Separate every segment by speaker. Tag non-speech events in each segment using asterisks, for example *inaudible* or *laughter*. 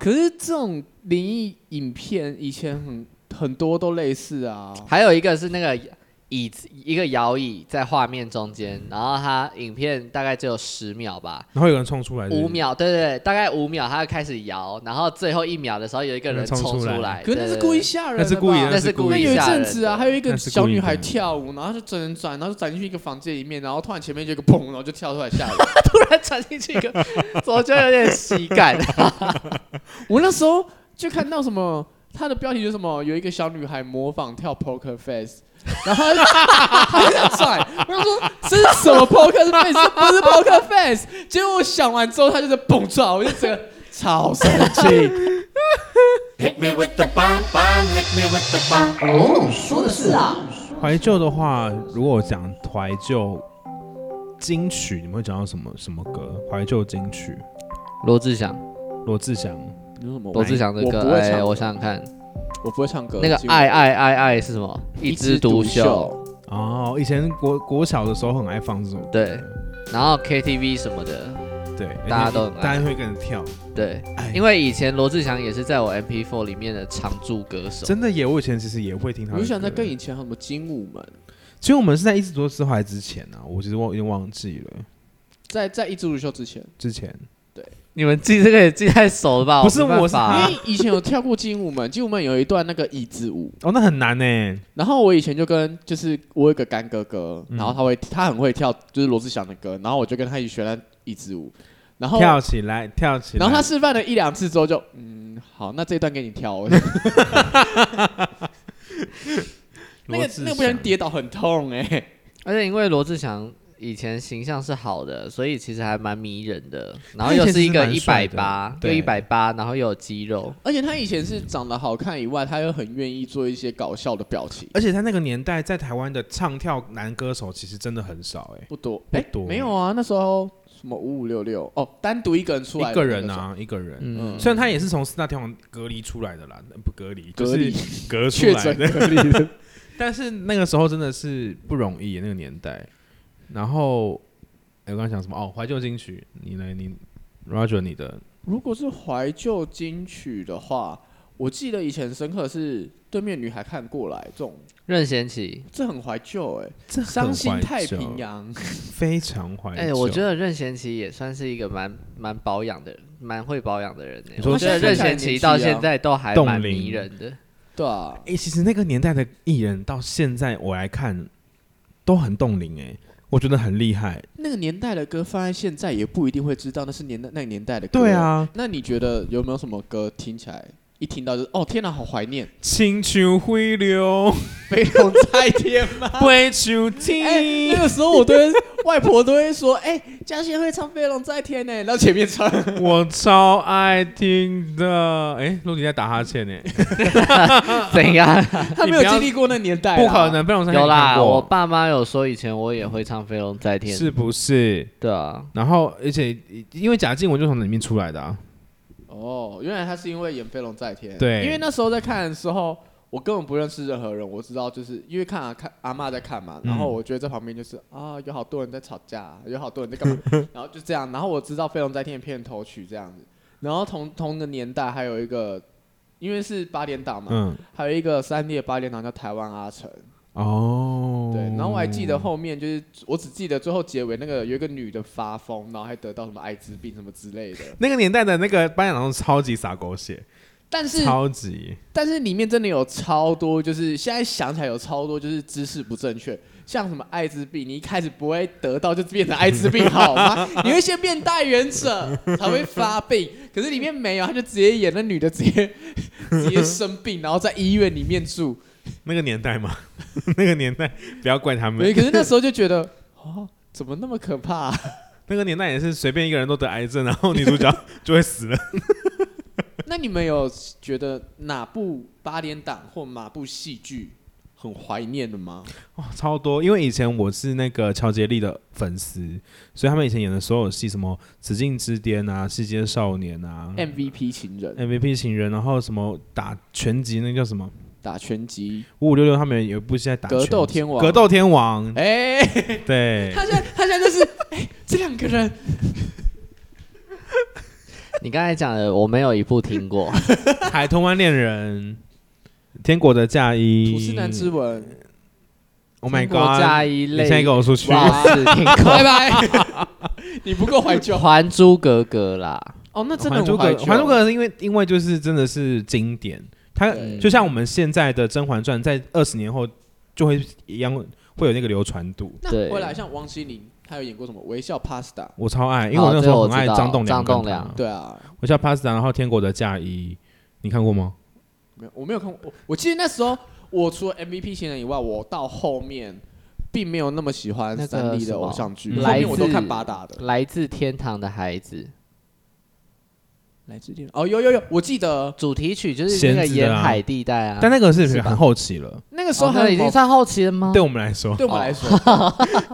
Speaker 1: 可是这种灵异影片以前很很多都类似啊，
Speaker 2: 还有一个是那个椅子，一个摇椅在画面中间，然后它影片大概只有十秒吧，
Speaker 3: 然后有人冲出来是不是
Speaker 2: 五，秒，对对对，大概五秒，它就开始摇，然后最后一秒的时候有一个人
Speaker 3: 有人冲
Speaker 2: 冲
Speaker 3: 出来
Speaker 2: 来，
Speaker 1: 可是那
Speaker 2: 对
Speaker 1: 是
Speaker 2: 对
Speaker 1: 故意
Speaker 2: 对
Speaker 1: 吓人的
Speaker 3: 那
Speaker 1: 吧，
Speaker 3: 是故意的，
Speaker 2: 那是故
Speaker 1: 那
Speaker 2: 意
Speaker 1: 有一
Speaker 2: 吓
Speaker 1: 阵
Speaker 2: 人
Speaker 1: 子啊，
Speaker 2: 的 *laughs*
Speaker 1: 还有一个
Speaker 3: 那是
Speaker 1: 小
Speaker 3: 故意
Speaker 1: 女孩
Speaker 3: 的
Speaker 1: 跳舞，然后就整人转，然后就转进去一个房间里面，然后突然前面就一个砰，然后就跳出来吓
Speaker 2: *laughs*
Speaker 1: 人。
Speaker 2: 突然传进去一个，
Speaker 1: *laughs*
Speaker 2: 我觉得有点喜感。
Speaker 1: 我那时候就看到什么，他的标题就是什么，有一个小女孩模仿跳 Poker Face，然后她她在转，我想说这是什么 Poker Face，不是 Poker Face。结果我想完之后，她就是蹦出来，我就整个
Speaker 2: *laughs*
Speaker 1: 超生气。
Speaker 4: Hit me with the bomb bomb, hit me with the bomb.
Speaker 3: 怀旧的话，如果我讲怀旧金曲，你们会讲到什么什么歌？怀旧金曲，
Speaker 2: *laughs* 罗志祥，
Speaker 3: 罗志祥，
Speaker 2: 罗志祥的
Speaker 1: 我不
Speaker 2: 歌，
Speaker 1: 会
Speaker 2: 哎，
Speaker 1: 唱
Speaker 2: 我想想看，
Speaker 1: 我不会唱歌，
Speaker 2: 那个
Speaker 1: 几乎
Speaker 2: 爱爱爱爱是什么？一枝独秀。，
Speaker 3: 哦，以前国国小的时候很爱放这首歌，
Speaker 2: 对然后 KTV 什么的，
Speaker 3: 对，
Speaker 2: 大家
Speaker 3: 而且
Speaker 2: 都很爱
Speaker 3: 大家会跟着跳，
Speaker 2: 对，
Speaker 3: 哎
Speaker 2: 因为以前罗志祥也是在我 MP4 里面的常驻歌手。
Speaker 3: 真的也，我以前其实也会听他的
Speaker 1: 我
Speaker 3: 歌。
Speaker 1: 就想在跟以前还有什么精武门，
Speaker 3: 其实我们是在一直做之怀之前啊，我其实忘有点忘记了
Speaker 1: 在在一枝独秀之前，
Speaker 3: 之前，
Speaker 2: 你们记这个也记太熟了吧？
Speaker 3: 不是
Speaker 2: 没办
Speaker 3: 我是
Speaker 2: 法
Speaker 1: 因
Speaker 3: 他
Speaker 1: 为以前有跳过精武门，精武门有一段那个椅子舞。
Speaker 3: 哦，那很难呢、
Speaker 1: 然后我以前就跟就是我有一个干哥哥，
Speaker 3: 嗯
Speaker 1: 然后他会他很会跳就是罗志祥的歌，然后我就跟他一起学那一支舞，然后
Speaker 3: 跳起来，跳起来。
Speaker 1: 哦然后他示范了一两次之后就嗯好，那这一段给你跳，那
Speaker 3: 罗
Speaker 1: 个
Speaker 3: 志
Speaker 1: 那个不然
Speaker 3: 祥
Speaker 1: 跌倒很痛哎、
Speaker 2: 而且因为罗志祥以前形象是好的，所以其实还蛮迷人的。然后
Speaker 3: 他以
Speaker 2: 又
Speaker 3: 前
Speaker 2: 是一个
Speaker 3: 其
Speaker 2: 一
Speaker 3: 实蛮
Speaker 2: 百
Speaker 3: 帅的
Speaker 2: 八，又
Speaker 3: 对
Speaker 2: 一百八，然后又有肌肉。
Speaker 1: 而且他以前是长得好看以外，他又很愿意做一些搞笑的表情，
Speaker 3: 而且他那个年代在台湾的唱跳男歌手其实真的很少哎、
Speaker 1: 不多哎、
Speaker 3: 不多
Speaker 1: 没有啊，那时候什么五五六六哦，单独一个人出来
Speaker 3: 一个
Speaker 1: 的
Speaker 3: 人
Speaker 1: 那种，
Speaker 3: 啊，一个人。
Speaker 2: 嗯，
Speaker 3: 虽然他也是从四大天王隔离出来的啦，呃不隔离，
Speaker 1: 隔离
Speaker 3: 就是隔出
Speaker 1: 确
Speaker 3: 来
Speaker 1: 诊
Speaker 3: 的。
Speaker 1: 隔离的，
Speaker 3: *laughs* 但是那个时候真的是不容易那个年代。然后，哎我刚刚讲什么？哦，怀旧金曲，你来，你 Roger 你的
Speaker 1: *laughs* 如果是怀旧金曲的话，我记得以前深刻的是《对面女孩看过来》这种，
Speaker 2: 任贤齐，
Speaker 1: 这很怀旧哎、
Speaker 3: 这
Speaker 1: 伤心太平
Speaker 3: 洋，
Speaker 1: 洋，
Speaker 3: 非常怀旧。
Speaker 2: 哎，我觉得任贤齐也算是一个蛮蛮保养的人，蛮会保养的人欸。
Speaker 3: 你说
Speaker 2: 我觉得
Speaker 1: 他
Speaker 2: 任
Speaker 1: 现在
Speaker 2: 贤齐到现在都还
Speaker 3: 啊冻
Speaker 2: 蛮
Speaker 3: 龄
Speaker 2: 迷人
Speaker 3: *laughs*
Speaker 2: 的。
Speaker 1: 对啊，
Speaker 3: 哎、其实那个年代的艺人到现在我来看，都很冻龄哎，我觉得很厉害。
Speaker 1: 那个年代的歌放在现在也不一定会知道那是年代那个年代的歌。
Speaker 3: 对，啊，
Speaker 1: 那你觉得有没有什么歌听起来一听到就是哦天哪，好怀念， *laughs*
Speaker 3: 青丘灰流，
Speaker 1: 飞龙在天吗？
Speaker 3: 灰丘
Speaker 1: 哎、
Speaker 3: 听
Speaker 1: *laughs* 那个时候我都会，外婆都会说，哎、嘉欣会唱《飞龙在天》呢，然后前面唱， *laughs*
Speaker 3: 我超爱听的。哎、陆迪在打哈欠呢、哎
Speaker 2: 怎样？
Speaker 1: 他没有经历过那年代，啊
Speaker 3: 不可，能，被龙山
Speaker 2: 有
Speaker 3: 啊你
Speaker 2: 啦，
Speaker 3: 看过
Speaker 2: 我爸妈有说以前我也会唱《飞龙在天》。
Speaker 3: 是不是？
Speaker 2: 对啊，
Speaker 3: 然后，而且因为贾静雯就从里面出来的啊，
Speaker 1: 哦，原来他是因为演《飞龙在天》。
Speaker 3: 对
Speaker 1: 因为那时候在看的时候，我根本不认识任何人，我知道就是因为看啊看阿嬷在看嘛，
Speaker 3: 嗯
Speaker 1: 然后我觉得在旁边就是、啊，有好多人在吵架，有好多人在干 *laughs* 嘛，然后就这样，然后我知道《飞龙在天》的片头曲这样子，然后同同个年代还有一个，因为是八点档嘛，
Speaker 3: 嗯，
Speaker 1: 还有一个三 D 的八点档叫台湾阿成，
Speaker 3: 哦，
Speaker 1: 对，然后我还记得后面就是我只记得最后结尾那个有一个女的发疯，然后还得到什么艾滋病什么之类的，
Speaker 3: 那个年代的那个班长都超级洒狗血，
Speaker 1: 但是
Speaker 3: 超级
Speaker 1: 但是里面真的有超多，就是现在想起来有超多，就是知识不正确，像什么艾滋病，你一开始不会得到就变成艾滋病好吗？ *laughs* 你会先变代言者才会发病，可是里面没有，他就直接演那女的直接直接生病，然后在医院里面住。
Speaker 3: 那个年代嘛， *laughs* 那个年代不要怪他
Speaker 1: 对，
Speaker 3: 们，
Speaker 1: 可是那时候就觉得哦，怎么那么可怕、
Speaker 3: *laughs* 那个年代也是随便一个人都得癌症，然后女主
Speaker 1: *laughs*
Speaker 3: 角就会死了。
Speaker 1: 那你们有觉得哪部八点档或哪部戏剧很怀念的吗？
Speaker 3: 哇、超多！因为以前我是那个乔杰利的粉丝，所以他们以前演的所有戏，什么《紫禁之巅》啊，《世界少年》啊
Speaker 1: MVP 情人
Speaker 3: ，MVP 情人，然后什么打拳击，那叫什么
Speaker 1: 打拳击，
Speaker 3: 五五六六，他们有一部戏在打
Speaker 1: 格斗
Speaker 3: 拳击
Speaker 1: 天王
Speaker 3: 格斗天王，
Speaker 1: 哎、*laughs*
Speaker 3: 对，
Speaker 1: 他现在他现在就是，哎、这两个人
Speaker 2: 你刚才讲的我没有一部听过，
Speaker 3: 《海豚湾恋人》《天国的嫁衣
Speaker 1: 吐》司男之吻，
Speaker 3: ，Oh my
Speaker 2: 国家
Speaker 3: God！
Speaker 2: 一
Speaker 3: 你
Speaker 2: 类，
Speaker 3: 现在跟
Speaker 2: *laughs*
Speaker 3: 我出去， *laughs*
Speaker 2: 哇是听
Speaker 1: 拜
Speaker 2: 过，
Speaker 1: 拜， *laughs* 你不够怀旧
Speaker 2: 《 *laughs* 还珠格格》啦，
Speaker 1: 哦，那真的
Speaker 3: 还
Speaker 1: 很
Speaker 3: 珠格
Speaker 1: 怀
Speaker 3: 格》
Speaker 1: 旧。
Speaker 3: 《还珠格格》是因为因为就是真的是经典，它
Speaker 1: 对
Speaker 3: 就像我们现在的《甄嬛传》，在二十年后就会一样会有那个流传度。
Speaker 1: 那
Speaker 2: 对
Speaker 1: 回来像王心凌，她有演过什么《微笑 Pasta》？
Speaker 3: 我超爱，因为
Speaker 2: 好
Speaker 3: 我那时候
Speaker 2: 这个
Speaker 3: 很
Speaker 2: 我
Speaker 3: 爱
Speaker 2: 知道
Speaker 3: 张栋梁。
Speaker 2: 张栋梁，
Speaker 1: 对啊，
Speaker 3: 我叫 Pasta，然后《天国的嫁衣》，你看过吗？
Speaker 1: 没有，我没有看过。我我记得那时候，我除了 MVP 情人以外，我到后面并没有那么喜欢
Speaker 2: 那个
Speaker 1: 三 D
Speaker 2: 什
Speaker 1: 的
Speaker 2: 么
Speaker 1: 偶像剧，后
Speaker 2: 来
Speaker 1: 面我都
Speaker 2: 自
Speaker 1: 看八大的。
Speaker 2: 来自天堂的孩子》
Speaker 1: 来自天哦，有有有，我记得
Speaker 2: 主题曲就是那个
Speaker 3: 弦子的啊
Speaker 2: 沿海地带啊，
Speaker 3: 但那个是
Speaker 2: 是吧
Speaker 3: 很后期了，
Speaker 1: 那个时候
Speaker 2: 哦
Speaker 1: 还
Speaker 2: 那
Speaker 1: 有
Speaker 2: 已
Speaker 1: 什
Speaker 2: 经
Speaker 1: 么
Speaker 2: 算后期了吗？
Speaker 3: 对我们来说，
Speaker 1: 对我们
Speaker 2: 哦
Speaker 1: 来说，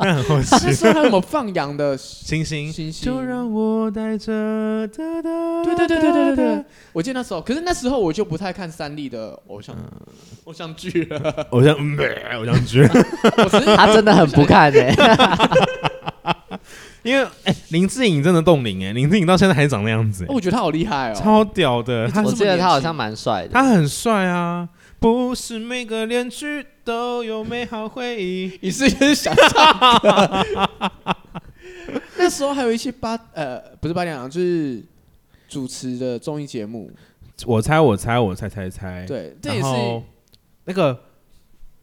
Speaker 3: 那很后
Speaker 1: 那 *laughs*
Speaker 3: 期。
Speaker 1: 时候还有什么放羊的
Speaker 3: 星星，
Speaker 1: 星星？
Speaker 3: 就让我带着哒哒。
Speaker 1: 对对对对对对对，我记得那时候，可是那时候我就不太看三立的偶像
Speaker 3: 嗯
Speaker 1: 偶像剧了，
Speaker 3: 对，偶像，嗯 *laughs* 对偶像剧，
Speaker 1: 我只
Speaker 3: *laughs*
Speaker 1: 是哦
Speaker 2: 他真的很不看哎、
Speaker 1: *laughs*
Speaker 3: 因为哎，林志颖真的冻龄哎，林志颖到现在还长那样子
Speaker 1: 哦，我觉得他好厉害
Speaker 3: 哎，
Speaker 1: 哦，
Speaker 3: 超屌的，他
Speaker 2: 我记得他好像蛮帅的。
Speaker 3: 他很帅啊。不是每个恋曲都有美好回忆，
Speaker 1: 你是不是想唱歌？ *laughs* 那时候还有一些八呃，不是八点档，就是主持的综艺节目，
Speaker 3: 我猜我猜我猜猜猜，
Speaker 1: 对，这
Speaker 3: 哎然
Speaker 1: 也是
Speaker 3: 后那个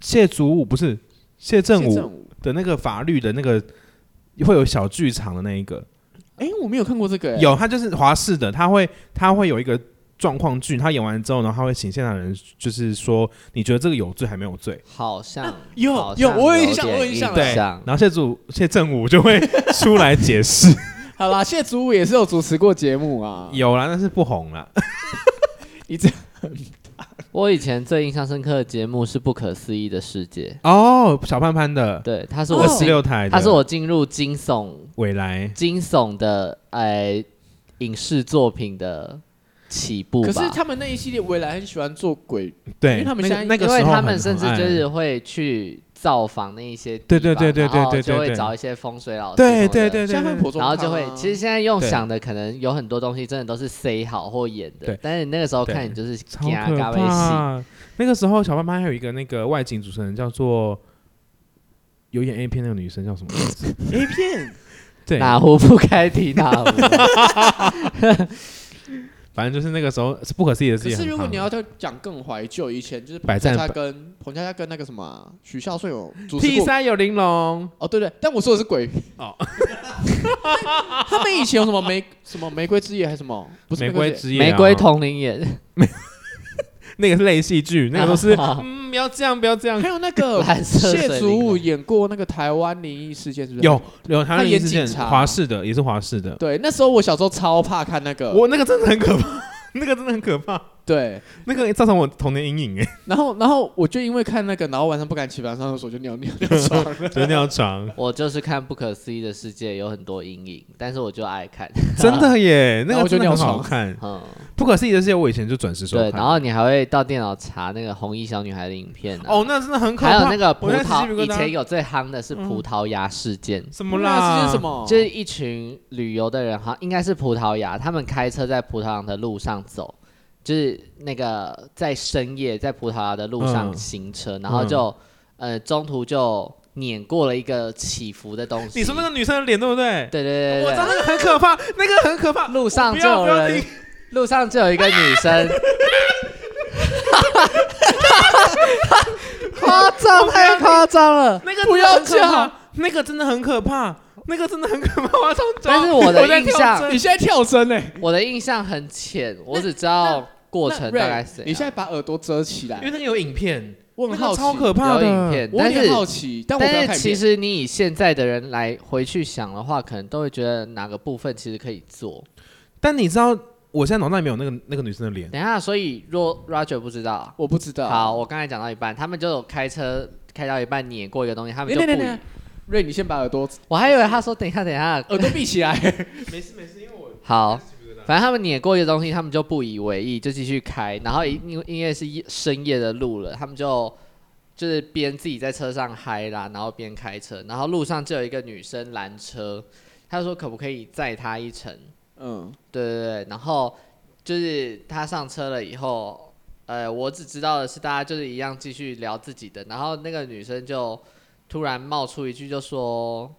Speaker 3: 谢祖武不是谢振
Speaker 1: 谢
Speaker 3: 武
Speaker 1: 振武。
Speaker 3: 的那个法律的那个会有小剧场的那一个，
Speaker 1: 哎，我没有看过这个，哎，
Speaker 3: 有他就是华视的，他会他会有一个状况剧，他演完之后，然后他会请现场人就是说你觉得这个有罪还没有罪，
Speaker 2: 好像
Speaker 1: 有
Speaker 2: 好像
Speaker 1: 有我有
Speaker 2: 有
Speaker 1: 印象
Speaker 2: 点
Speaker 1: 我有印象
Speaker 3: 对，
Speaker 2: 印
Speaker 3: 然
Speaker 2: 象
Speaker 3: 后谢祖谢振武就会出来
Speaker 2: *laughs*
Speaker 3: 解释，
Speaker 1: 好啦，谢祖武也是有主持过节目啊，
Speaker 3: 有啦，但是不红啦，
Speaker 1: 你这
Speaker 2: 我以前最印象深刻的节目是《不可思议的世界
Speaker 3: 哦，小潘潘》，的
Speaker 2: 对，他是
Speaker 1: 哦
Speaker 2: 我
Speaker 3: 二十
Speaker 2: 进，
Speaker 3: 六台的，
Speaker 2: 他是我进入惊悚
Speaker 3: 未来
Speaker 2: 惊悚的哎影视作品的起步吧。
Speaker 1: 可是他们那一系列，未来很喜欢做鬼因
Speaker 3: 对
Speaker 1: 为他们
Speaker 3: 那
Speaker 1: 现
Speaker 3: 个
Speaker 1: 在
Speaker 3: 那个
Speaker 2: 因为
Speaker 3: 时候
Speaker 2: 他们
Speaker 3: 很哎
Speaker 2: 甚至
Speaker 3: 很
Speaker 2: 就
Speaker 3: 爱
Speaker 2: 是会去造访那一些地
Speaker 3: 对对
Speaker 2: 方
Speaker 3: 对对对
Speaker 2: 然后
Speaker 3: 对
Speaker 2: 就
Speaker 3: 对
Speaker 2: 会
Speaker 3: 对
Speaker 2: 找一些风水老师什
Speaker 3: 对
Speaker 2: 么
Speaker 3: 对
Speaker 2: 的
Speaker 3: 对对
Speaker 1: 像
Speaker 3: 对
Speaker 1: 看婆中
Speaker 2: 然
Speaker 1: 汤啊，
Speaker 2: 后就会，其实现在用
Speaker 3: 对
Speaker 2: 想的可能有很多东西真的都是塞好或演的
Speaker 3: 对，
Speaker 2: 但是那个时候
Speaker 3: 对
Speaker 2: 看你就是啊
Speaker 3: 超
Speaker 2: 嘎
Speaker 3: 可
Speaker 2: 嘎被戏，
Speaker 3: 怕！那个时候，小潘潘还有一个那个外景主持人叫做有演 A 片那个女生叫什么
Speaker 2: *laughs*
Speaker 3: 名字？
Speaker 1: A 片，
Speaker 3: 对，啊
Speaker 2: 哪壶不开提哪
Speaker 3: *laughs*
Speaker 2: 壶。
Speaker 3: 反正就是那个时候是不可思议的事
Speaker 1: 可
Speaker 3: 情。
Speaker 1: 是如果你要再讲更怀旧，以前就是
Speaker 3: 百
Speaker 1: 彭佳
Speaker 3: 战
Speaker 1: 佳
Speaker 3: 百
Speaker 1: 跟彭佳佳跟那个什么啊许孝顺有主持
Speaker 3: T
Speaker 1: 过
Speaker 3: 三有玲珑，
Speaker 1: 哦，对对，但我说的是鬼
Speaker 3: 哦
Speaker 1: 哦。 *laughs* 他们以前有什么玫什么玫瑰之夜还是什么？不是
Speaker 3: 玫瑰
Speaker 1: 瑰
Speaker 3: 之夜啊，
Speaker 2: 玫瑰同龄演，
Speaker 3: 那个是类戏剧，那个都是嗯，不要这样，不要这样
Speaker 1: 夜，还。有那个
Speaker 2: *laughs* 蓝色水
Speaker 1: 谢
Speaker 2: 灵
Speaker 1: 祖武
Speaker 2: 珑
Speaker 1: 演过那个台湾灵异事件，是不是？
Speaker 3: *laughs* 有有台
Speaker 1: 他
Speaker 3: 湾
Speaker 1: 演
Speaker 3: 事件，
Speaker 1: 警察
Speaker 3: 华视的也是华视的。
Speaker 1: 对，那时候我小时候超怕看那个，
Speaker 3: 我那个真的很可怕，那个真的很可怕，
Speaker 1: 对，
Speaker 3: 那个造成我童年阴影哎，
Speaker 1: 然后然后我就因为看那个，然后晚上不敢起床上厕所就尿尿尿床
Speaker 3: *laughs*
Speaker 1: 了。
Speaker 3: 就是尿床，
Speaker 2: *laughs* 我就是看《不可思议的世界》有很多阴影，但是我就爱看。
Speaker 3: 真的耶，那
Speaker 1: 然
Speaker 3: 个
Speaker 1: 后就
Speaker 3: 真的很
Speaker 1: 尿
Speaker 3: 好
Speaker 1: 床
Speaker 3: 看。
Speaker 2: 嗯，
Speaker 3: 不可思议的事情，我以前就准时收
Speaker 2: 对，
Speaker 3: 看。
Speaker 2: 然后你还会到电脑查那个红衣小女孩的影片啊，
Speaker 3: 哦，那真的很可怕。
Speaker 2: 还有那个葡
Speaker 3: 我在起鸡皮
Speaker 2: 萄，
Speaker 3: 疙瘩嗯
Speaker 2: 以前有最夯的是葡萄牙事件。
Speaker 3: 什么
Speaker 1: 那
Speaker 3: 啦？
Speaker 1: 是件什？么？
Speaker 2: 就是一群旅游的人，好像应该是葡萄牙，他们开车在葡萄牙的路上走，就是那个在深夜在葡萄牙的路上
Speaker 3: 嗯
Speaker 2: 行车，然后就、呃中途就碾过了一个起伏的东西。
Speaker 3: 你说那个女生的脸对不对？
Speaker 2: 对？对对
Speaker 3: 我
Speaker 2: 对
Speaker 3: 知道
Speaker 2: 对
Speaker 3: 那个很可怕，那个很可怕。
Speaker 2: 路上
Speaker 3: 不
Speaker 2: 就
Speaker 3: 要
Speaker 2: 有
Speaker 3: 不要
Speaker 2: 人
Speaker 3: 听，
Speaker 2: 路上就有一个女 *laughs* 生，夸张太夸张了。
Speaker 3: 那个
Speaker 1: 不要
Speaker 3: 真的很可怕
Speaker 1: 讲，
Speaker 3: 那个真的很可怕，那个真的很可怕。我要从
Speaker 2: 但是我的印象
Speaker 1: 你现在跳针欸嘞、
Speaker 2: 我的印象很浅，我只知道过程大概是怎样。啊
Speaker 1: 你现在把耳朵遮起来
Speaker 3: 因为，那个有影片，
Speaker 1: 我很
Speaker 3: 那
Speaker 1: 好
Speaker 3: 个
Speaker 1: 奇，
Speaker 3: 超可怕的
Speaker 2: 有影片
Speaker 1: 我有点好奇，但我不要
Speaker 2: 但
Speaker 1: 看
Speaker 2: 是其
Speaker 1: 片。
Speaker 2: 实你以现在的人来回去想的话，可能都会觉得哪个部分其实可以做。
Speaker 3: 但你知道，我现在脑袋里面有那个那个女生的脸，
Speaker 2: 等一下，所以若 Roger 不知道，啊
Speaker 1: 我不知道。
Speaker 2: 好，，我刚才讲到一半，他们就有开车开到一半碾过一个东西，他们
Speaker 1: 等
Speaker 2: 就
Speaker 1: 等
Speaker 2: 不
Speaker 1: 等
Speaker 2: 理。
Speaker 1: 等，呃瑞，你先把耳朵
Speaker 2: 我还以为他说等一下等一下，
Speaker 1: 耳朵闭起来。
Speaker 2: *laughs* 好，反正他们碾过一个东西，他们就不以为意，就继续开。然后因
Speaker 1: 嗯
Speaker 2: 因因为是夜深夜的路了，他们就就是边自己在车上嗨啦，然后边开车。然后路上就有一个女生拦车，她说可不可以载她一程？
Speaker 1: 嗯，
Speaker 2: 对对对，然后就是他上车了以后，呃，我只知道的是大家就是一样继续聊自己的，然后那个女生就突然冒出一句就说：“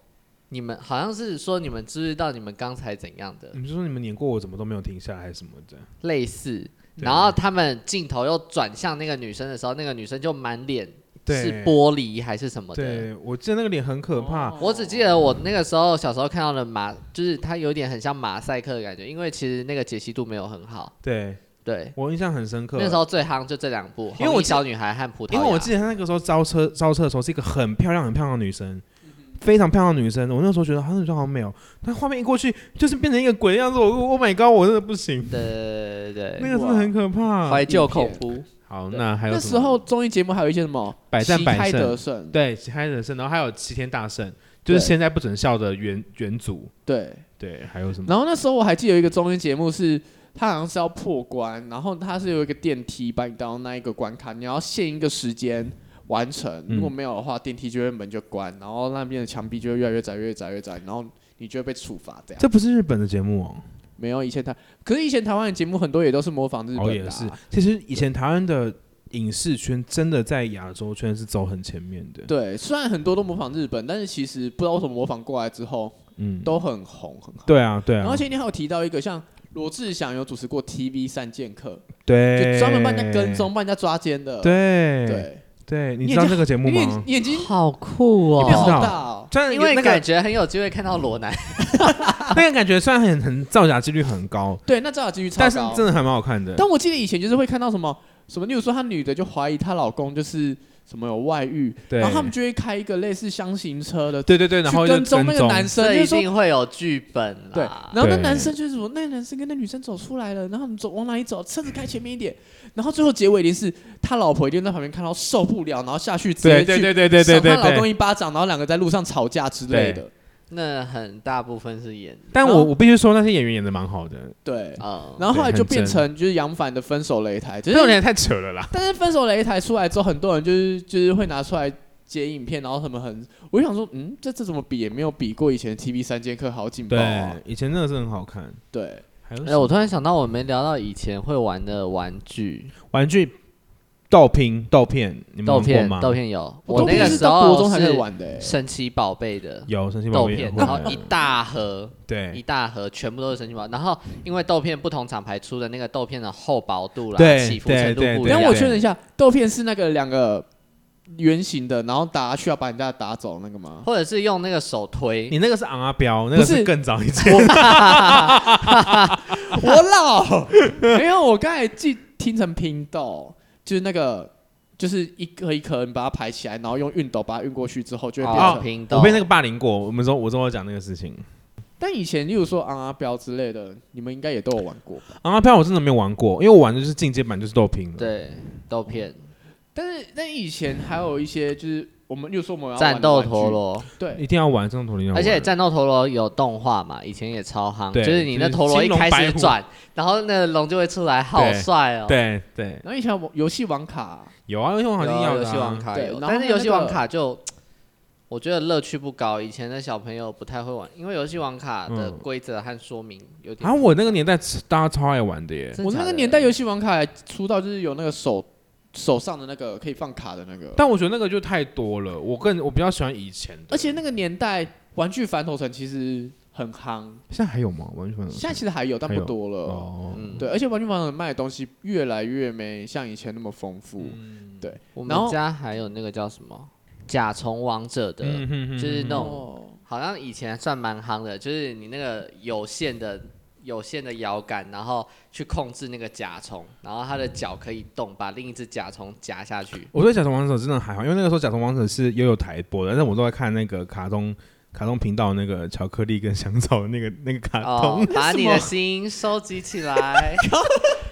Speaker 2: 你们好像是说你们知不知道你们刚才怎样的
Speaker 3: 你们就说你们碾过我，怎么都没有停下来，还是什么的？
Speaker 2: 类似。”
Speaker 3: 对
Speaker 2: 然后他们镜头又转向那个女生的时候，那个女生就满脸
Speaker 3: 对
Speaker 2: 是玻璃还是什么的。
Speaker 3: 对，我记得那个脸很可怕，
Speaker 1: 哦
Speaker 2: 我只记得我那个时候小时候看到的马，就是它有点很像马赛克的感觉，因为其实那个解析度没有很好。
Speaker 3: 对
Speaker 2: 对，
Speaker 3: 我印象很深刻。
Speaker 2: 那时候最夯就这两部，
Speaker 3: 因
Speaker 2: 红
Speaker 3: 为
Speaker 2: 衣
Speaker 3: 我记
Speaker 2: 小女孩和葡萄牙，
Speaker 3: 因为我记得她那个时候招车招车的时候是一个很漂亮很漂亮的女生，非常漂亮的女生。我那时候觉得她那女生好像没有，但画面一过去就是变成一个鬼的样子。我 Oh my god，我真的不行，
Speaker 2: 对对对对
Speaker 3: 那
Speaker 2: 对
Speaker 3: 个真的很可
Speaker 2: 对，
Speaker 3: 怕。
Speaker 2: 怀旧恐怖，
Speaker 3: 好，
Speaker 1: 对
Speaker 3: 那还有
Speaker 1: 那
Speaker 3: 什
Speaker 1: 时
Speaker 3: 么
Speaker 1: 候综艺节目还有一些什么
Speaker 3: 百战
Speaker 1: 旗
Speaker 3: 百
Speaker 1: 开
Speaker 3: 胜
Speaker 1: 得胜，
Speaker 3: 对旗开人生，然后还有齐天大圣，就是
Speaker 1: 对
Speaker 3: 现在不准笑的元元祖。
Speaker 1: 对。
Speaker 3: 对，还有什么？
Speaker 1: 然后那时候我还记得有一个综艺节目是，它好像是要破关，然后它是有一个电梯把你带到那一个关卡，你要限一个时间完成，
Speaker 3: 嗯
Speaker 1: 如果没有的话，电梯就会门就关，然后那边的墙壁就会越来越窄，越窄越窄，然后你就会被处罚这样。
Speaker 3: 这不是日本的节目哦。
Speaker 1: 没有以前台，可是以前台湾的节目很多也都是模仿日本
Speaker 3: 哦，
Speaker 1: 的、啊，
Speaker 3: 也是。其实以前台湾的影视圈真的在亚洲圈是走很前面的。
Speaker 1: 对，虽然很多都模仿日本，但是其实不知道为什么模仿过来之后
Speaker 3: 嗯，
Speaker 1: 都很红很好。
Speaker 3: 对啊，对
Speaker 1: 然
Speaker 3: 啊
Speaker 1: 后，前天还有提到一个像罗志祥有主持过 TV 三剑客，
Speaker 3: 对，
Speaker 1: 就专门帮人家跟。踪、帮人家抓奸的。
Speaker 3: 对
Speaker 1: 对，
Speaker 3: 对，你
Speaker 1: 你
Speaker 3: 知道
Speaker 1: 已经
Speaker 3: 这个节目
Speaker 1: 你眼
Speaker 3: 吗？
Speaker 1: 眼睛
Speaker 2: 好酷
Speaker 1: 变好
Speaker 3: 知道
Speaker 1: 大哦。
Speaker 3: 真的
Speaker 2: 因为
Speaker 3: 那
Speaker 2: 感
Speaker 3: 个
Speaker 2: 觉很有机会看到
Speaker 3: *laughs*
Speaker 2: 裸男，
Speaker 3: 那个感觉虽然很很造假几率很高，
Speaker 1: 对，那正好几率超
Speaker 3: 但是
Speaker 1: 高。
Speaker 3: 真的还蛮好看的。
Speaker 1: 但我记得以前就是会看到什么什么，例如说她女的就怀疑她老公就是什么有外遇，
Speaker 3: 对
Speaker 1: 然后他们就会开一个类似箱型车的，
Speaker 3: 对对对，然后
Speaker 1: 去
Speaker 3: 就
Speaker 1: 跟踪那个男生，
Speaker 2: 这
Speaker 1: 就
Speaker 2: 一
Speaker 1: 是说
Speaker 2: 定会有剧本
Speaker 1: 对，
Speaker 2: 啦。
Speaker 1: 然后那
Speaker 3: 对
Speaker 1: 男生就是什么，那个男生跟那女生走出来了，然后他们走往哪里走，车子开前面一点，然后最后结尾一定是他老婆一定在旁边看到受不了，然后下去直接
Speaker 3: 对
Speaker 1: 去
Speaker 3: 对对对对对
Speaker 1: 赏
Speaker 3: 对
Speaker 1: 他老公
Speaker 3: 对。
Speaker 1: 一巴掌，然后两个在路上吵架之类的，
Speaker 2: 那很大部分是演
Speaker 3: 但
Speaker 1: 然后
Speaker 3: 我我必须说，那些演员演的蛮好的，
Speaker 1: 对。
Speaker 2: 啊，
Speaker 1: 然后后来
Speaker 3: 对
Speaker 1: 就
Speaker 3: 很
Speaker 1: 变
Speaker 3: 真
Speaker 1: 成就是杨凡的分手擂台，只
Speaker 3: 这种
Speaker 1: 是
Speaker 3: 人太扯了啦。
Speaker 1: 但是分手擂台出来之后，很多人就是就是会拿出来截影片，然后他们很，我就想说，嗯，这这怎么比也没有比过以前的 TV 三剑客好劲爆啊
Speaker 3: 对，，以前那个是很好看。
Speaker 1: 对，
Speaker 3: 还有
Speaker 2: 哦哎、
Speaker 3: 什么
Speaker 2: 我突然想到，我们聊到以前会玩的玩具，
Speaker 3: 玩具豆拼豆片，你们
Speaker 2: 豆
Speaker 3: 玩过
Speaker 2: 片，
Speaker 3: 吗？
Speaker 2: 豆片有。
Speaker 1: 我
Speaker 2: 我那
Speaker 1: 都
Speaker 2: 个
Speaker 1: 是
Speaker 2: 时
Speaker 1: 到国
Speaker 2: 候
Speaker 1: 中才开始
Speaker 2: 是
Speaker 1: 玩的、欸，
Speaker 2: 神奇宝贝的
Speaker 3: 有神奇宝
Speaker 2: 豆
Speaker 3: 贝也
Speaker 2: 片，
Speaker 3: 会哎
Speaker 2: 然后
Speaker 3: 有
Speaker 2: 一大盒，一
Speaker 3: 对
Speaker 2: 大盒全部都是神奇宝贝。然后因为豆片不同厂牌出的那个豆片的厚薄度啦、
Speaker 3: 对
Speaker 2: 起伏程度
Speaker 3: 对
Speaker 2: 不一
Speaker 3: 对啊
Speaker 1: 然
Speaker 2: 样
Speaker 1: 后我
Speaker 3: 对。
Speaker 1: 确认一下，豆片是那个两个圆形的，然后打需要把人家打走那个
Speaker 3: *laughs*
Speaker 1: 吗？
Speaker 2: 或者是用那个手推，
Speaker 3: 你那个是昂阿彪，那个
Speaker 1: 不是
Speaker 3: 是更早以前。
Speaker 1: 我老， *laughs* 没有，我刚才记听成拼豆，就是那个就是一颗一颗，你把它排起来，然后用熨斗把它熨过去之后就会变
Speaker 2: 哦，
Speaker 1: 成。
Speaker 2: 平豆
Speaker 3: *laughs* 我被那个霸凌过，我们说我说我讲那个事情。
Speaker 1: 但以前例如说昂阿标之类的，你们应该也都有玩过吧？
Speaker 3: 昂阿飘我真的没有玩过，因为我玩的就是进阶版，就是豆拼了。
Speaker 2: 对豆片、
Speaker 1: 但是但以前还有一些就是我们，例如说我们要玩的
Speaker 2: 战斗陀
Speaker 1: 玩具，
Speaker 2: 螺，
Speaker 1: 对
Speaker 3: 一定要玩这种图灵。
Speaker 2: 而且战斗陀螺有动画嘛，以前也超夯，就
Speaker 3: 对
Speaker 2: 是你那陀螺一开始转，然后那个龙就会出来，好帅哦。
Speaker 3: 对对，
Speaker 1: 然后以前玩游戏网卡，
Speaker 3: 有啊，游戏王卡一定要
Speaker 2: 有游
Speaker 3: 的啊
Speaker 2: 戏王卡
Speaker 1: 对
Speaker 2: 有，
Speaker 1: 然后
Speaker 2: 但是
Speaker 1: 那个
Speaker 2: 游戏王卡就我觉得乐趣不高，以前的小朋友不太会玩，因为游戏王卡的
Speaker 3: 嗯
Speaker 2: 规则和说明有点
Speaker 3: 啊，。我那个年代大家超爱玩的耶。
Speaker 2: 真的
Speaker 1: 我
Speaker 2: 假
Speaker 1: 那
Speaker 2: 的
Speaker 1: 个年代游戏王卡出道就是有那个手手上的那个可以放卡的那个，
Speaker 3: 但我觉得那个就太多了，我更我比较喜欢以前的。
Speaker 1: 而且那个年代玩具反斗城其实很夯，
Speaker 3: 现在还有吗？完全没有
Speaker 1: 现在其实还有，但
Speaker 3: 还
Speaker 1: 不
Speaker 3: 有
Speaker 1: 多了。
Speaker 3: 哦，
Speaker 2: 嗯，
Speaker 1: 对，而且玩具反斗城卖的东西越来越没像以前那么丰富。
Speaker 2: 嗯我
Speaker 1: 然
Speaker 2: 们
Speaker 1: 后
Speaker 2: 家还有那个叫什么甲虫王者的，
Speaker 3: 嗯哼哼
Speaker 2: 就是那
Speaker 3: 哼
Speaker 2: 种
Speaker 1: 哦，
Speaker 2: 好像以前算蛮夯的，就是你那个有线的有线的摇杆，然后去控制那个甲虫，然后它的脚可以动，把另一只甲虫夹下去。
Speaker 3: 我对《甲虫王者》真的还好，因为那个时候《甲虫王者》是悠悠台播的，但是我都在看那个卡通卡通频道那个巧克力跟香草的那个 *laughs* 那个卡通。
Speaker 2: 哦，把你的心收集起来。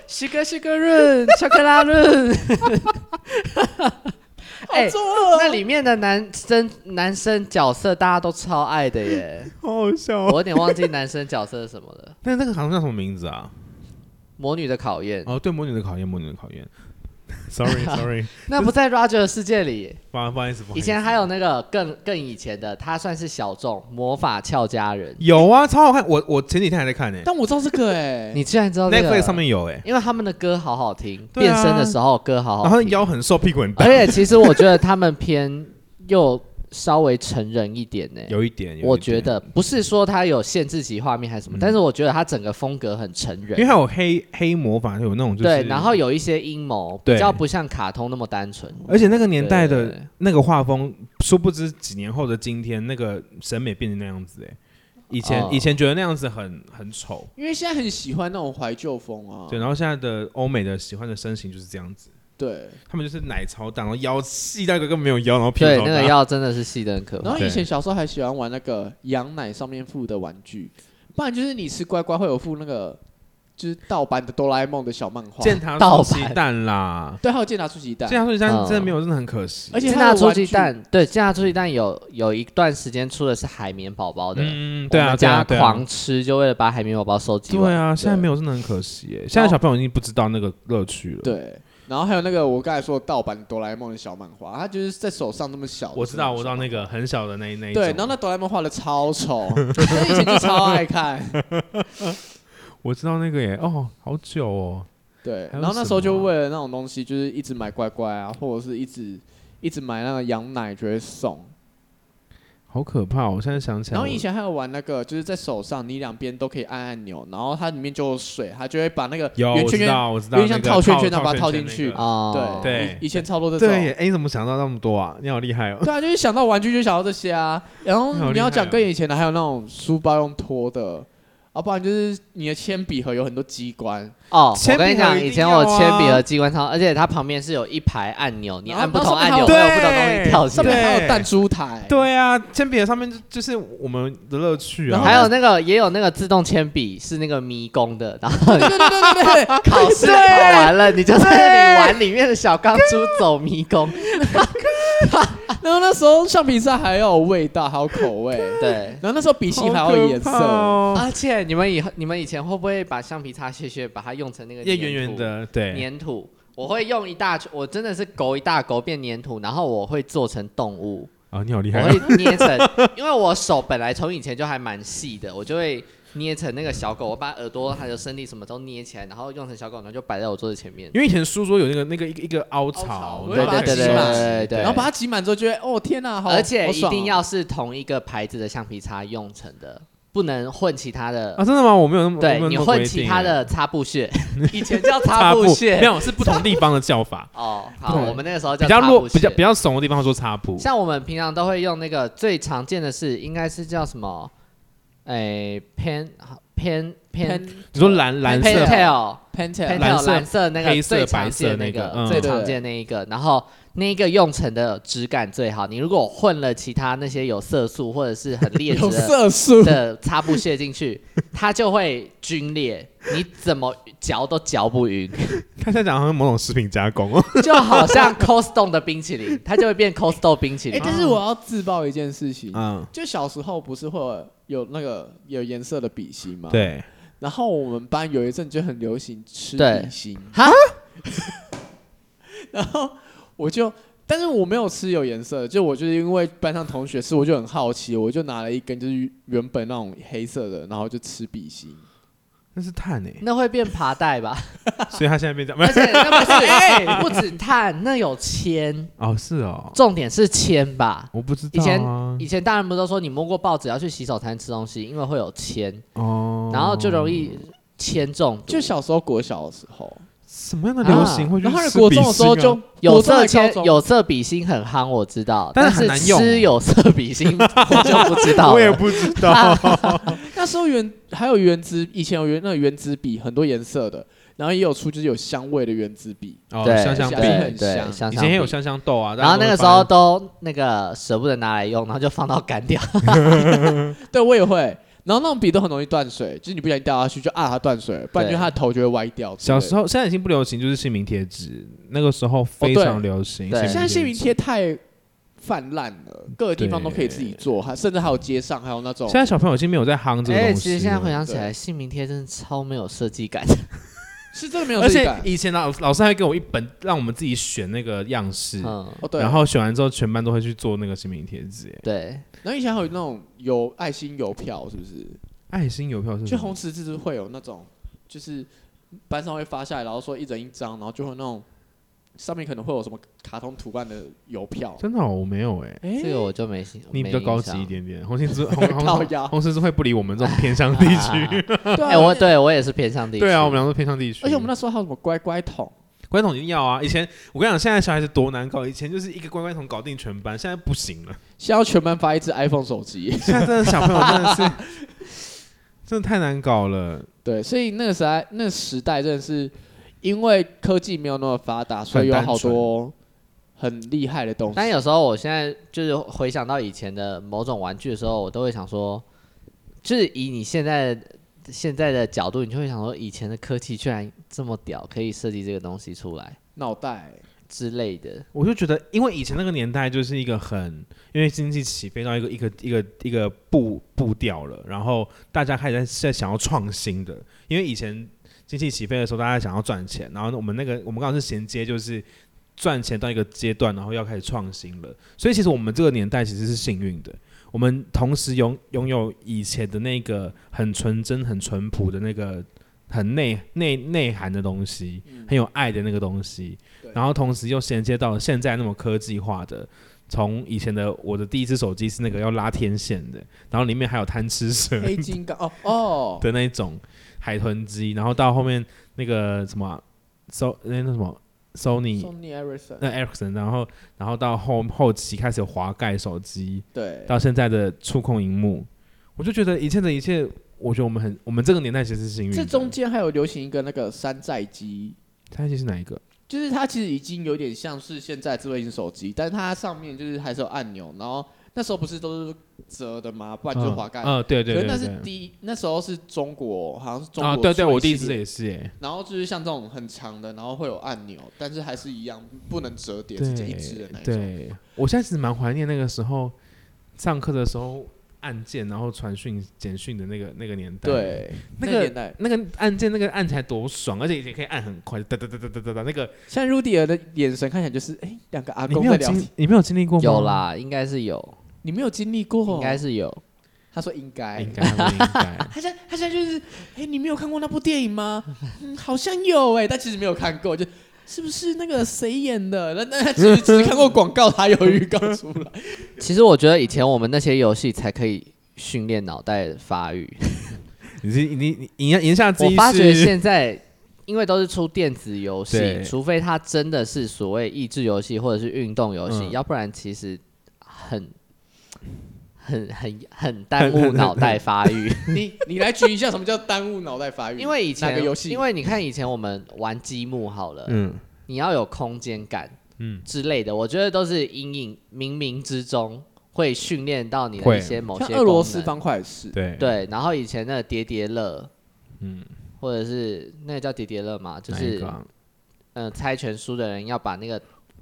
Speaker 2: 是个是个润，巧克拉润。哎、那里面的男生男生角色大家都超爱的
Speaker 3: *laughs*
Speaker 2: 耶，
Speaker 3: 好好笑、
Speaker 2: 我
Speaker 3: 哦。
Speaker 2: 有点忘记男生角色是什么了。
Speaker 3: 那那个卡通叫什么名字啊？
Speaker 2: 魔女的考验，
Speaker 3: 哦哦，对，魔女的考验，魔女的考验。 *laughs* Sorry
Speaker 2: *laughs*
Speaker 3: Sorry，
Speaker 2: 那不在 Roger 的世界里。
Speaker 3: 不好不好意思，不好意
Speaker 2: 以
Speaker 3: 思。
Speaker 2: 前还有那个更更以前的，他算是小众魔法俏佳人。
Speaker 3: 有啊，超好看。我我前几天还在看呢、
Speaker 1: 但我知道这个哎，
Speaker 2: *laughs* 你居然知道、这哦个、
Speaker 3: Netflix 上面有哎、
Speaker 2: 因为他们的歌好好听，
Speaker 3: 对
Speaker 2: 变
Speaker 3: 啊
Speaker 2: 身的时候歌好好
Speaker 3: 然
Speaker 2: 听，哎
Speaker 3: 后腰很瘦，屁股很大
Speaker 2: 而，且其实我觉得他们偏又稍微成人一点呢、
Speaker 3: 有一点。有一点
Speaker 2: 我觉，得不是说他有限制级画面还是什么，
Speaker 3: 嗯
Speaker 2: 但是我觉得他整个风格很成
Speaker 3: 因为
Speaker 2: 人。
Speaker 3: 还有黑黑魔法，有那种就是
Speaker 2: 对，然后有一些阴谋，比
Speaker 3: 对
Speaker 2: 较不像卡通那么单纯。
Speaker 3: 而且那个年代
Speaker 2: 对对
Speaker 3: 的
Speaker 2: 对
Speaker 3: 那个画风，殊不知几年后的今天，那个审美变成那样子哎、以前、
Speaker 2: 哦
Speaker 3: 以前觉得那样子很很丑，
Speaker 1: 因为现在很喜欢那种怀旧风
Speaker 2: 哦
Speaker 1: 啊。
Speaker 3: 对，然后现在的欧美的喜欢的身形就是这样子，
Speaker 1: 对，
Speaker 3: 他们就是奶超大，然后腰细到一个根本没有腰，然后屁股
Speaker 2: 对，
Speaker 3: 超
Speaker 2: 那
Speaker 3: 大
Speaker 2: 个
Speaker 3: *laughs*
Speaker 2: 药真的是细的很可怕。
Speaker 1: 然后以
Speaker 3: 对
Speaker 1: 前小时候还喜欢玩那个羊奶上面附的玩具，不然就是你吃乖乖会有附那个就是盗版的哆啦 A 梦的小漫画，
Speaker 3: 健达
Speaker 2: 盗
Speaker 3: 出
Speaker 2: 版
Speaker 3: 鸡蛋啦，
Speaker 1: *laughs* 对，还有健达出奇蛋
Speaker 3: 健，达出鸡蛋
Speaker 2: 嗯
Speaker 3: 真的没有，真的很可惜。
Speaker 1: 而且
Speaker 2: 健
Speaker 1: 它
Speaker 2: 达
Speaker 1: 的
Speaker 2: 出
Speaker 1: 玩
Speaker 2: 鸡
Speaker 1: 具
Speaker 2: 蛋，对，健达出鸡蛋有有一段时间出的是海绵宝宝的，
Speaker 3: 嗯，对
Speaker 2: 我
Speaker 3: 啊，
Speaker 2: 们
Speaker 3: 对
Speaker 2: 家
Speaker 3: 啊，对啊
Speaker 2: 狂，吃，就为了把海绵宝宝收集
Speaker 3: 对
Speaker 2: 完。
Speaker 3: 啊，现在没有，真的很可惜哎，现在小朋友已经不知道那个乐趣了。，
Speaker 1: 对。然后还有那个我刚才说的盗版哆啦 A 梦的小漫画，它就是在手上那么小，
Speaker 3: 我知道，我知道那个很小的那一那一
Speaker 1: 对，
Speaker 3: 种
Speaker 1: 然后那哆啦 A 梦画的超
Speaker 3: *laughs*
Speaker 1: 丑，我以前就超爱看。
Speaker 3: 我知道那个耶，哦，好久哦，
Speaker 1: 对，
Speaker 3: 还有
Speaker 1: 然后那
Speaker 3: 什
Speaker 1: 时候就
Speaker 3: 么啊
Speaker 1: 为了那种东西，就是一直买乖乖啊，或者是一直一直买那个羊奶就会送。
Speaker 3: 好可怕哦！我现在想起来
Speaker 1: 然
Speaker 3: 我，
Speaker 1: 后以前还有玩那个，就是在手上你两边都可以按按钮，然后它里面就有水，它就会把那个
Speaker 3: 有
Speaker 1: 圆
Speaker 3: 我
Speaker 1: 圈
Speaker 3: 知
Speaker 1: 圈。
Speaker 3: 道，我知道，
Speaker 1: 有点像
Speaker 3: 那个
Speaker 1: 套圈圈
Speaker 3: 圈
Speaker 1: 然后把它套
Speaker 3: 套
Speaker 1: 进去
Speaker 3: 那个
Speaker 2: 哦，
Speaker 1: 对
Speaker 3: 啊对
Speaker 1: 以以前超多这种。
Speaker 3: 对耶，哎，你怎么想到那么多啊？ *laughs* 你好厉害哦！
Speaker 1: 对啊，就是想到玩具就想到这些
Speaker 3: *laughs*
Speaker 1: 啊。然后
Speaker 3: 好厉害哦
Speaker 1: 你要讲跟以前的，还有那种书包用拖的，啊，不然就是你的铅笔盒有很多机关，
Speaker 2: 哦，我
Speaker 3: 铅笔
Speaker 2: 跟你
Speaker 3: 盒
Speaker 2: 讲，
Speaker 3: 一定
Speaker 2: 以前我
Speaker 3: 要啊
Speaker 2: 铅笔和机关枪，而且它旁边是有一排按钮，你
Speaker 1: 然后
Speaker 2: 按不
Speaker 1: 然后
Speaker 2: 同按
Speaker 1: 哦上面
Speaker 2: 钮
Speaker 1: 还
Speaker 2: 会有
Speaker 3: 有
Speaker 2: 不同东西
Speaker 3: 对
Speaker 2: 跳起
Speaker 1: 上面还
Speaker 2: 来。
Speaker 1: 有弹珠台。
Speaker 3: 对啊，铅笔盒上面就就是我们的乐趣
Speaker 1: 然
Speaker 3: 啊，
Speaker 1: 后
Speaker 2: 还有那个也有那个自动铅笔是那个迷宫的，然后
Speaker 1: 对对对对对对，
Speaker 2: *laughs* 考试考完了，你就在那里玩里面的小钢珠走迷宫。
Speaker 1: 啊然后那时候橡皮擦还有味道，还有口味。
Speaker 2: 对，
Speaker 1: 然后那时候笔芯还
Speaker 3: 好
Speaker 1: 有
Speaker 3: 可
Speaker 1: 颜色
Speaker 3: 怕，哦
Speaker 1: 啊
Speaker 2: 而且你们以后你们以前会不会把橡皮擦屑屑把它用成那个
Speaker 3: 也
Speaker 2: 粘土
Speaker 3: 圆圆的，对，
Speaker 2: 粘土？我会用一大圈，我真的是勾一大勾变粘土，然后我会做成动物。
Speaker 3: 啊，你好厉
Speaker 2: 我
Speaker 3: 害哦，
Speaker 2: 会捏成，因为我手本来从以前就还蛮细的，我就会捏成那个小狗，我把耳朵还有身体什么都捏起来，然后用成小狗，然后就摆在我桌子前面。
Speaker 3: 因为以前书桌有那个那个一个一个凹
Speaker 1: 凹槽
Speaker 3: 槽，
Speaker 1: 我
Speaker 2: 对
Speaker 1: 会
Speaker 3: 然后
Speaker 1: 把
Speaker 2: 对
Speaker 1: 它
Speaker 2: 对
Speaker 1: 挤
Speaker 2: 对
Speaker 1: 满
Speaker 3: 啊
Speaker 2: 对对，
Speaker 1: 然后把它挤满之后，觉得哦天哪，好，
Speaker 2: 而且
Speaker 1: 好
Speaker 2: 一
Speaker 1: 爽哦
Speaker 2: 定要是同一个牌子的橡皮擦用成的，不能混其他的。
Speaker 3: 啊，真的吗？我没有那么
Speaker 2: 对
Speaker 3: 我没有
Speaker 2: 你
Speaker 3: 那么
Speaker 2: 混
Speaker 3: 规
Speaker 2: 其
Speaker 3: 定
Speaker 2: 他
Speaker 3: 耶
Speaker 2: 的擦布
Speaker 3: *laughs*
Speaker 2: 屑，以前叫擦
Speaker 3: 擦
Speaker 2: 布
Speaker 3: *laughs* 布没
Speaker 2: 屑。
Speaker 3: 有是不同地方的
Speaker 1: *laughs*
Speaker 3: 叫法，
Speaker 2: 哦，好，
Speaker 3: 对
Speaker 2: 我们那个时候叫
Speaker 3: 比较
Speaker 2: 擦
Speaker 3: 弱
Speaker 2: 布
Speaker 3: 比较
Speaker 2: 屑
Speaker 3: 比较怂的地方说擦布，
Speaker 2: 像我们平常都会用那个最常见的是，应该是叫什么？哎、偏偏偏
Speaker 1: pen
Speaker 3: 你说蓝蓝色啊
Speaker 1: Pentel
Speaker 2: tail
Speaker 1: pen
Speaker 2: pen
Speaker 3: 蓝
Speaker 2: tail
Speaker 3: 色
Speaker 2: 蓝色那个
Speaker 3: 黑色
Speaker 2: 最常
Speaker 3: 白色
Speaker 2: 见那
Speaker 3: 那个嗯
Speaker 2: 最常见那一个，然后那一个用成的质感最好。你如果混了其他那些有色素或者是很劣质
Speaker 1: 有
Speaker 2: 的
Speaker 1: 色素，
Speaker 2: 的擦布屑进去，它就会皲裂，你怎么嚼都嚼不匀，
Speaker 3: 他现在讲好像某种食品加工 *laughs* 哦，
Speaker 2: *laughs* 就好像 Costco 的冰淇淋，它就会变 Costco 冰淇
Speaker 1: 哎，
Speaker 2: 淋。
Speaker 1: 但是我要自曝一件事情，
Speaker 2: 啊
Speaker 3: 嗯，
Speaker 1: 就小时候不是会有有那个有颜色的笔芯吗？。
Speaker 3: 对，
Speaker 1: 然后我们班有一阵就很流行吃
Speaker 2: 对
Speaker 1: 笔芯，
Speaker 2: 哈，
Speaker 1: *laughs* 然后我就，但是我没有吃有颜色的，就我就是因为班上同学吃，我就很好奇，我就拿了一根就是原本那种黑色的，然后就吃笔芯。
Speaker 3: 那是
Speaker 2: *laughs*
Speaker 3: 碳诶，
Speaker 2: 那会变爬带吧？
Speaker 3: *laughs* 所以他现在变这样，没有
Speaker 2: 而且那不是， *laughs* 哎，不止碳，那有铅，
Speaker 3: 哦是哦，
Speaker 2: 重点是铅吧。
Speaker 3: 我不知
Speaker 2: 以
Speaker 3: 道
Speaker 2: 前
Speaker 3: 啊，
Speaker 2: 以前大人不都说你摸过报纸要去洗手才能吃东西，因为会有铅，
Speaker 3: 哦，
Speaker 2: 然后就容易铅中毒。
Speaker 1: 就小时候国小的时候，
Speaker 3: 什么样的
Speaker 2: 啊
Speaker 3: 流行会去
Speaker 1: 然后
Speaker 3: 吃
Speaker 1: 国
Speaker 3: 比
Speaker 1: 中的时
Speaker 3: 心
Speaker 1: 候
Speaker 3: 啊
Speaker 1: 就
Speaker 2: 有
Speaker 1: 国中
Speaker 2: 色
Speaker 1: 还高
Speaker 2: 铅
Speaker 1: 中
Speaker 2: 有色笔芯很夯，我知道，
Speaker 3: 但
Speaker 2: 但
Speaker 3: 是很难用
Speaker 2: 吃有色笔芯 *laughs* 我就不知道了。啊
Speaker 3: 我也不知
Speaker 2: *laughs*
Speaker 3: 道，
Speaker 1: 那时候原还有原子，以前有原那个原子笔，很多颜色的，然后也有出就是有香味的原子笔。
Speaker 3: 哦
Speaker 2: 对
Speaker 3: 香香
Speaker 1: 香
Speaker 3: 饼，
Speaker 1: 很
Speaker 2: 对对
Speaker 1: 香
Speaker 2: 香
Speaker 3: 以
Speaker 2: 香
Speaker 3: 前也有
Speaker 2: 饼
Speaker 3: 香香豆啊，
Speaker 2: 然后
Speaker 3: 大
Speaker 2: 那
Speaker 3: 家
Speaker 2: 个
Speaker 3: 都
Speaker 2: 时候
Speaker 3: 会
Speaker 2: 都那个舍不得拿来用，然后就放到干掉。
Speaker 1: 对我也会，然后那种笔都很容易断水，就是你不小心掉下去就啊它断水了，不然
Speaker 2: 对
Speaker 1: 就它的头就会歪掉。
Speaker 3: 小时
Speaker 1: 候，
Speaker 3: 候现在已经不流行，就是姓名贴纸，那个时候非
Speaker 1: 对
Speaker 3: 常流行，
Speaker 2: 哦对
Speaker 1: 现在姓名
Speaker 3: 纸
Speaker 1: 贴太泛滥了，各个地方都可以自己做，还甚至还有街上还有那种
Speaker 3: 现在小朋友已经没有在夯这个
Speaker 2: 哎，
Speaker 3: 东西了。
Speaker 2: 其实现在回想起
Speaker 1: 对
Speaker 2: 来，姓名贴真的超没有设计感。
Speaker 1: 是真的没有
Speaker 3: 而
Speaker 1: 罪
Speaker 3: 且
Speaker 1: 感。
Speaker 3: 以前老老师还会给我一本，让我们自己选那个样式，
Speaker 2: 嗯，
Speaker 1: 哦，对，
Speaker 3: 然后选完之后全班都会去做那个姓名贴纸。哎
Speaker 2: 对，
Speaker 1: 然后以前还有那种有爱心邮票，是不是？
Speaker 3: 爱心邮票是什
Speaker 1: 就
Speaker 3: 么
Speaker 1: 红十字就是会有那种，就是班上会发下来，然后说一人一张，然后就会有那种上面可能会有什么卡通图案的邮票。
Speaker 3: 真的哦、我没有哎、
Speaker 1: 哎
Speaker 2: 这个我就没兴，
Speaker 3: 你比较
Speaker 2: 没印
Speaker 3: 高级
Speaker 2: 象
Speaker 3: 一。点点，红十
Speaker 1: *laughs*
Speaker 3: 字红
Speaker 1: 靠
Speaker 3: 红
Speaker 1: 腰
Speaker 3: 红十字会不理我们这种偏乡地 *laughs* 区。
Speaker 1: *laughs* 对啊
Speaker 2: 哎，我，对我也是偏向地区。
Speaker 3: 对啊，我们俩都偏乡地区。
Speaker 1: 而且我们那时候还有什么乖乖桶，
Speaker 3: 乖桶一定要啊！以前我跟你讲，现在小孩子多难搞，以前就是一个乖乖桶搞定全班，现在不行
Speaker 1: *laughs*
Speaker 3: 了。
Speaker 1: 现在要全班发一只 iPhone 手机。
Speaker 3: 现在真的小朋友真的是，
Speaker 1: *laughs*
Speaker 3: 真的太难搞了，
Speaker 1: 对，所以那个时代，那个时代真的是因为科技没有那么发达，所以有
Speaker 3: 很单
Speaker 1: 好多很厉害的东西。
Speaker 2: 但有时候我现在就是回想到以前的某种玩具的时候，我都会想说，就是以你现在现在的角度，你就会想说，以前的科技居然这么屌，可以设计这个东西出来
Speaker 1: 脑袋，
Speaker 2: 之类的。
Speaker 3: 我就觉得，因为以前那个年代就是一个很，因为经济起飞到一个一个一个一个步步调了，然后大家开始在在想要创新的，因为以前经济起飞的时候，大家想要赚钱，然后我们那个我们刚好是衔接，就是赚钱到一个阶段，然后要开始创新了，所以其实我们这个年代其实是幸运的，我们同时拥拥有以前的那个很纯真、很淳朴的那个很内内内涵的东西，很有爱的那个东西
Speaker 1: 对，
Speaker 3: 然后同时又衔接到了现在那么科技化的。从以前的我的第一只手机是那个要拉天线的，然后里面还有贪吃蛇，
Speaker 1: 黑金刚，哦哦，
Speaker 3: 的那种海豚机，然后到后面那个什么啊，so 那那什么 Sony
Speaker 1: ，Sony Ericsson，
Speaker 3: 那 Ericsson，然后然后到后后期开始有滑盖手机，
Speaker 1: 对，
Speaker 3: 到现在的触控荧幕，我就觉得一切的一切，我觉得我们很我们这个年代其实是幸运的。
Speaker 1: 这中间还有流行一个那个山寨机，
Speaker 3: 它其实是哪一个？
Speaker 1: 就是它其实已经有点像是现在智慧型手机，但是它上面就是还是有按钮，然后那时候不是都是折的吗？不然就是滑盖。
Speaker 3: 嗯，嗯对
Speaker 1: 可
Speaker 3: 对
Speaker 1: 是
Speaker 3: 对
Speaker 1: 那
Speaker 3: 对
Speaker 1: 是第一，那时候是中国，好像是中国。
Speaker 3: 啊，对对，我第一次
Speaker 1: 次。
Speaker 3: 也是哎，
Speaker 1: 然后就是像这种很长的，然后会有按钮，但是还是一样不能折叠，直接一只的
Speaker 3: 对
Speaker 1: 那一种。
Speaker 3: 对，我现在其实蛮怀念那个时候上课的时候按键，然后传讯简讯的那个那个年代。
Speaker 1: 对，那
Speaker 3: 那个
Speaker 1: 个年代，
Speaker 3: 那个按键那个按起来多爽，而且也可以按很快，哒哒哒哒哒哒哒。那个
Speaker 1: 像 Rudy 儿的眼神看起来就是，哎，两个阿
Speaker 3: 你
Speaker 1: 公
Speaker 3: 没
Speaker 1: 在
Speaker 3: 有
Speaker 1: 聊天。
Speaker 3: 经你没有经历过吗？哦
Speaker 2: 有，啦，应该是有，
Speaker 1: 你没有经历过？
Speaker 2: 应该。是有。
Speaker 1: 他说应该。
Speaker 3: 应该会应该。
Speaker 1: 他现在他现在就是，哎、你没有看过那部电影吗？嗯，好像有哎、但其实没有看过，就是不是那个谁演的？那那他其 *laughs* 实只是看过广告，他有预告出来。
Speaker 2: 其实我觉得以前我们那些游戏才可以训练脑袋的发育。
Speaker 3: 你是你你你言言下之
Speaker 2: *laughs* 我
Speaker 3: 意
Speaker 2: 发觉
Speaker 3: 是，
Speaker 2: 现在因为都是出电子游戏，
Speaker 3: 对
Speaker 2: 除非它真的是所谓益智游戏或者是运动游戏，
Speaker 3: 嗯
Speaker 2: 要不然其实很。很很很耽误脑袋发
Speaker 3: *laughs*
Speaker 2: 育，
Speaker 1: *laughs* 你你来举一下什么叫耽误脑袋发育？
Speaker 2: 因为以前
Speaker 1: 哪个游戏？
Speaker 2: 因为你看以前我们玩积木好了，
Speaker 3: 嗯
Speaker 2: 你要有空间感
Speaker 3: 嗯，
Speaker 2: 之类的，我觉得都是隐隐冥冥之中会训练到你的
Speaker 3: 会
Speaker 2: 一些某
Speaker 1: 像
Speaker 2: 些
Speaker 1: 俄罗斯
Speaker 2: 功能
Speaker 1: 方块是，
Speaker 3: 对，
Speaker 2: 对，然后以前那个叠叠乐，
Speaker 3: 嗯，
Speaker 2: 或者是那个叫叠叠乐嘛，就
Speaker 3: 哪
Speaker 2: 是
Speaker 3: 一个啊
Speaker 2: 嗯、呃猜拳输的人要把那个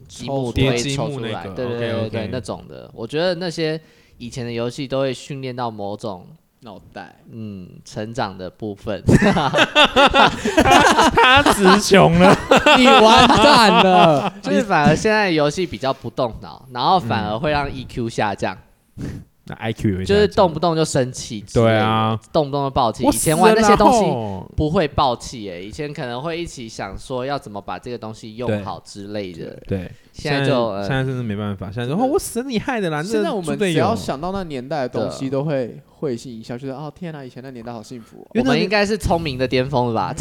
Speaker 2: 积
Speaker 1: 抽出
Speaker 2: 木
Speaker 1: 来
Speaker 2: 堆
Speaker 3: 叠积
Speaker 2: 抽
Speaker 3: 木
Speaker 2: 出
Speaker 3: 那
Speaker 2: 来，
Speaker 3: 个
Speaker 2: 对对对对
Speaker 3: OK，OK
Speaker 2: 对那种的，我觉得那些以前的游戏都会训练到某种
Speaker 1: 脑袋。
Speaker 2: 嗯成长的部分。 *laughs*
Speaker 3: 他词穷了，
Speaker 1: *laughs* *laughs* 你完蛋 *laughs* 了！
Speaker 2: 就是反而现在的游戏比较不动脑，然后反而会让 EQ 下降，
Speaker 3: 那 IQ 有一
Speaker 2: 就是
Speaker 3: 嗯下
Speaker 2: 动不动就生气，
Speaker 3: 对，啊，
Speaker 2: 动不动就暴气。
Speaker 3: 我
Speaker 2: 以前玩那些东西
Speaker 3: 西，
Speaker 2: 不会暴气耶，以前可能会一起想说要怎么把这个东西
Speaker 3: 对
Speaker 2: 用好之类的，
Speaker 3: 对，
Speaker 2: 现在就
Speaker 3: 现
Speaker 2: 呃
Speaker 3: 在真的没办法，现在说哦，我死你害的啦，
Speaker 1: 现在我们只
Speaker 3: 队
Speaker 1: 要
Speaker 3: 友。
Speaker 1: 想到那年代的东西，
Speaker 2: 对
Speaker 1: 都会会心一笑，就是哦天啊，以前那年代好幸 *laughs* 福、哦。
Speaker 2: 我
Speaker 3: 因为那
Speaker 2: 们
Speaker 3: 里
Speaker 2: 应该是聪明的巅峰了吧？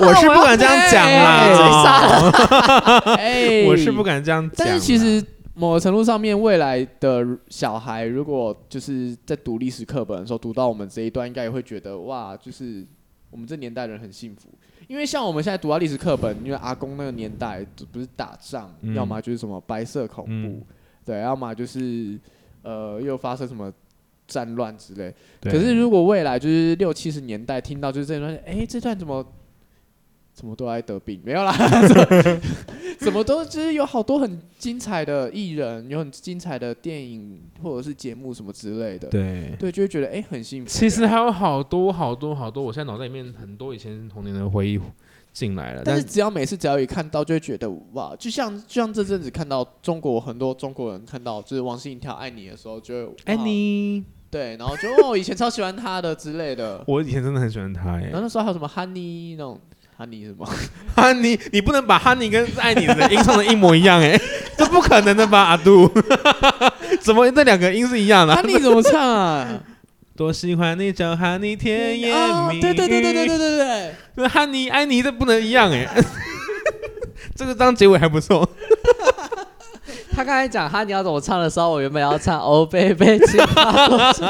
Speaker 3: 我是不敢这样
Speaker 2: *laughs*
Speaker 3: 讲
Speaker 2: 哎追杀
Speaker 3: 啦，
Speaker 1: 哎
Speaker 3: 我是不敢这样讲啦。啊
Speaker 1: 但是其实某个程度上面，未来的小孩如果就是在读历史课本的时候读到我们这一段，应该也会觉得哇，就是我们这年代人很幸福。因为像我们现在读到历史课本，因为阿公那个年代不是打仗，
Speaker 3: 嗯
Speaker 1: 要么就是什么白色恐怖，
Speaker 3: 嗯
Speaker 1: 对，要么就是呃又发生什么战乱之类。
Speaker 3: 对，
Speaker 1: 可是如果未来就是六七十年代 *laughs* 听到就是这段，哎、这段怎么怎么都爱得病没有啦，怎么都就是有好多很精彩的艺人，有很精彩的电影或者是节目什么之类的，
Speaker 3: 对。
Speaker 1: 对，就会觉得哎、很幸福。
Speaker 3: 其实还有好多好多好多，我现在脑袋里面很多以前童年的回忆进来了，
Speaker 1: 但
Speaker 3: 但
Speaker 1: 是只要每次只要一看到，就会觉得哇，就像就像这阵子看到中国很多中国人看到就是王心凌跳《爱你》的时候，就会哇
Speaker 3: 安妮，
Speaker 1: 对，然后就哦，以前超喜欢她的之类的。
Speaker 3: 我以前真的很喜欢她哎
Speaker 1: 然后那时候还有什么 Honey 那种 Honey 是什么，
Speaker 3: 安妮，你不能把安妮跟爱你的音唱的一模一样哎， *laughs* 这不可能的吧，阿杜？ *laughs* 怎么这两个音是一样的？
Speaker 1: Honey 怎么唱啊？
Speaker 3: *laughs* 多喜欢你叫哈尼甜言
Speaker 1: 哦
Speaker 3: 蜜语，
Speaker 1: 对对对对对对对对。
Speaker 3: 对，哈尼安妮这不能一样哎， *laughs* 这个当结尾还不错。
Speaker 2: 他刚才讲哈你要怎么唱的时候，我原本要唱哦贝贝亲巴洛奇，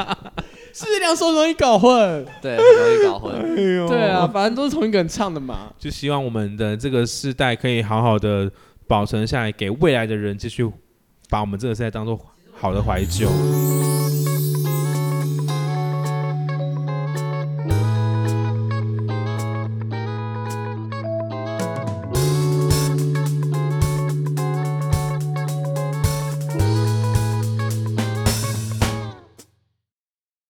Speaker 1: 是不是两首容易搞混？
Speaker 2: 对，很容易搞混。
Speaker 3: 哎呦
Speaker 1: 对啊，反正都是同一个人唱的嘛。
Speaker 3: 就希望我们的这个世代可以好好的保存下来，给未来的人继续把我们这个世代当做好的怀旧。
Speaker 4: Sweet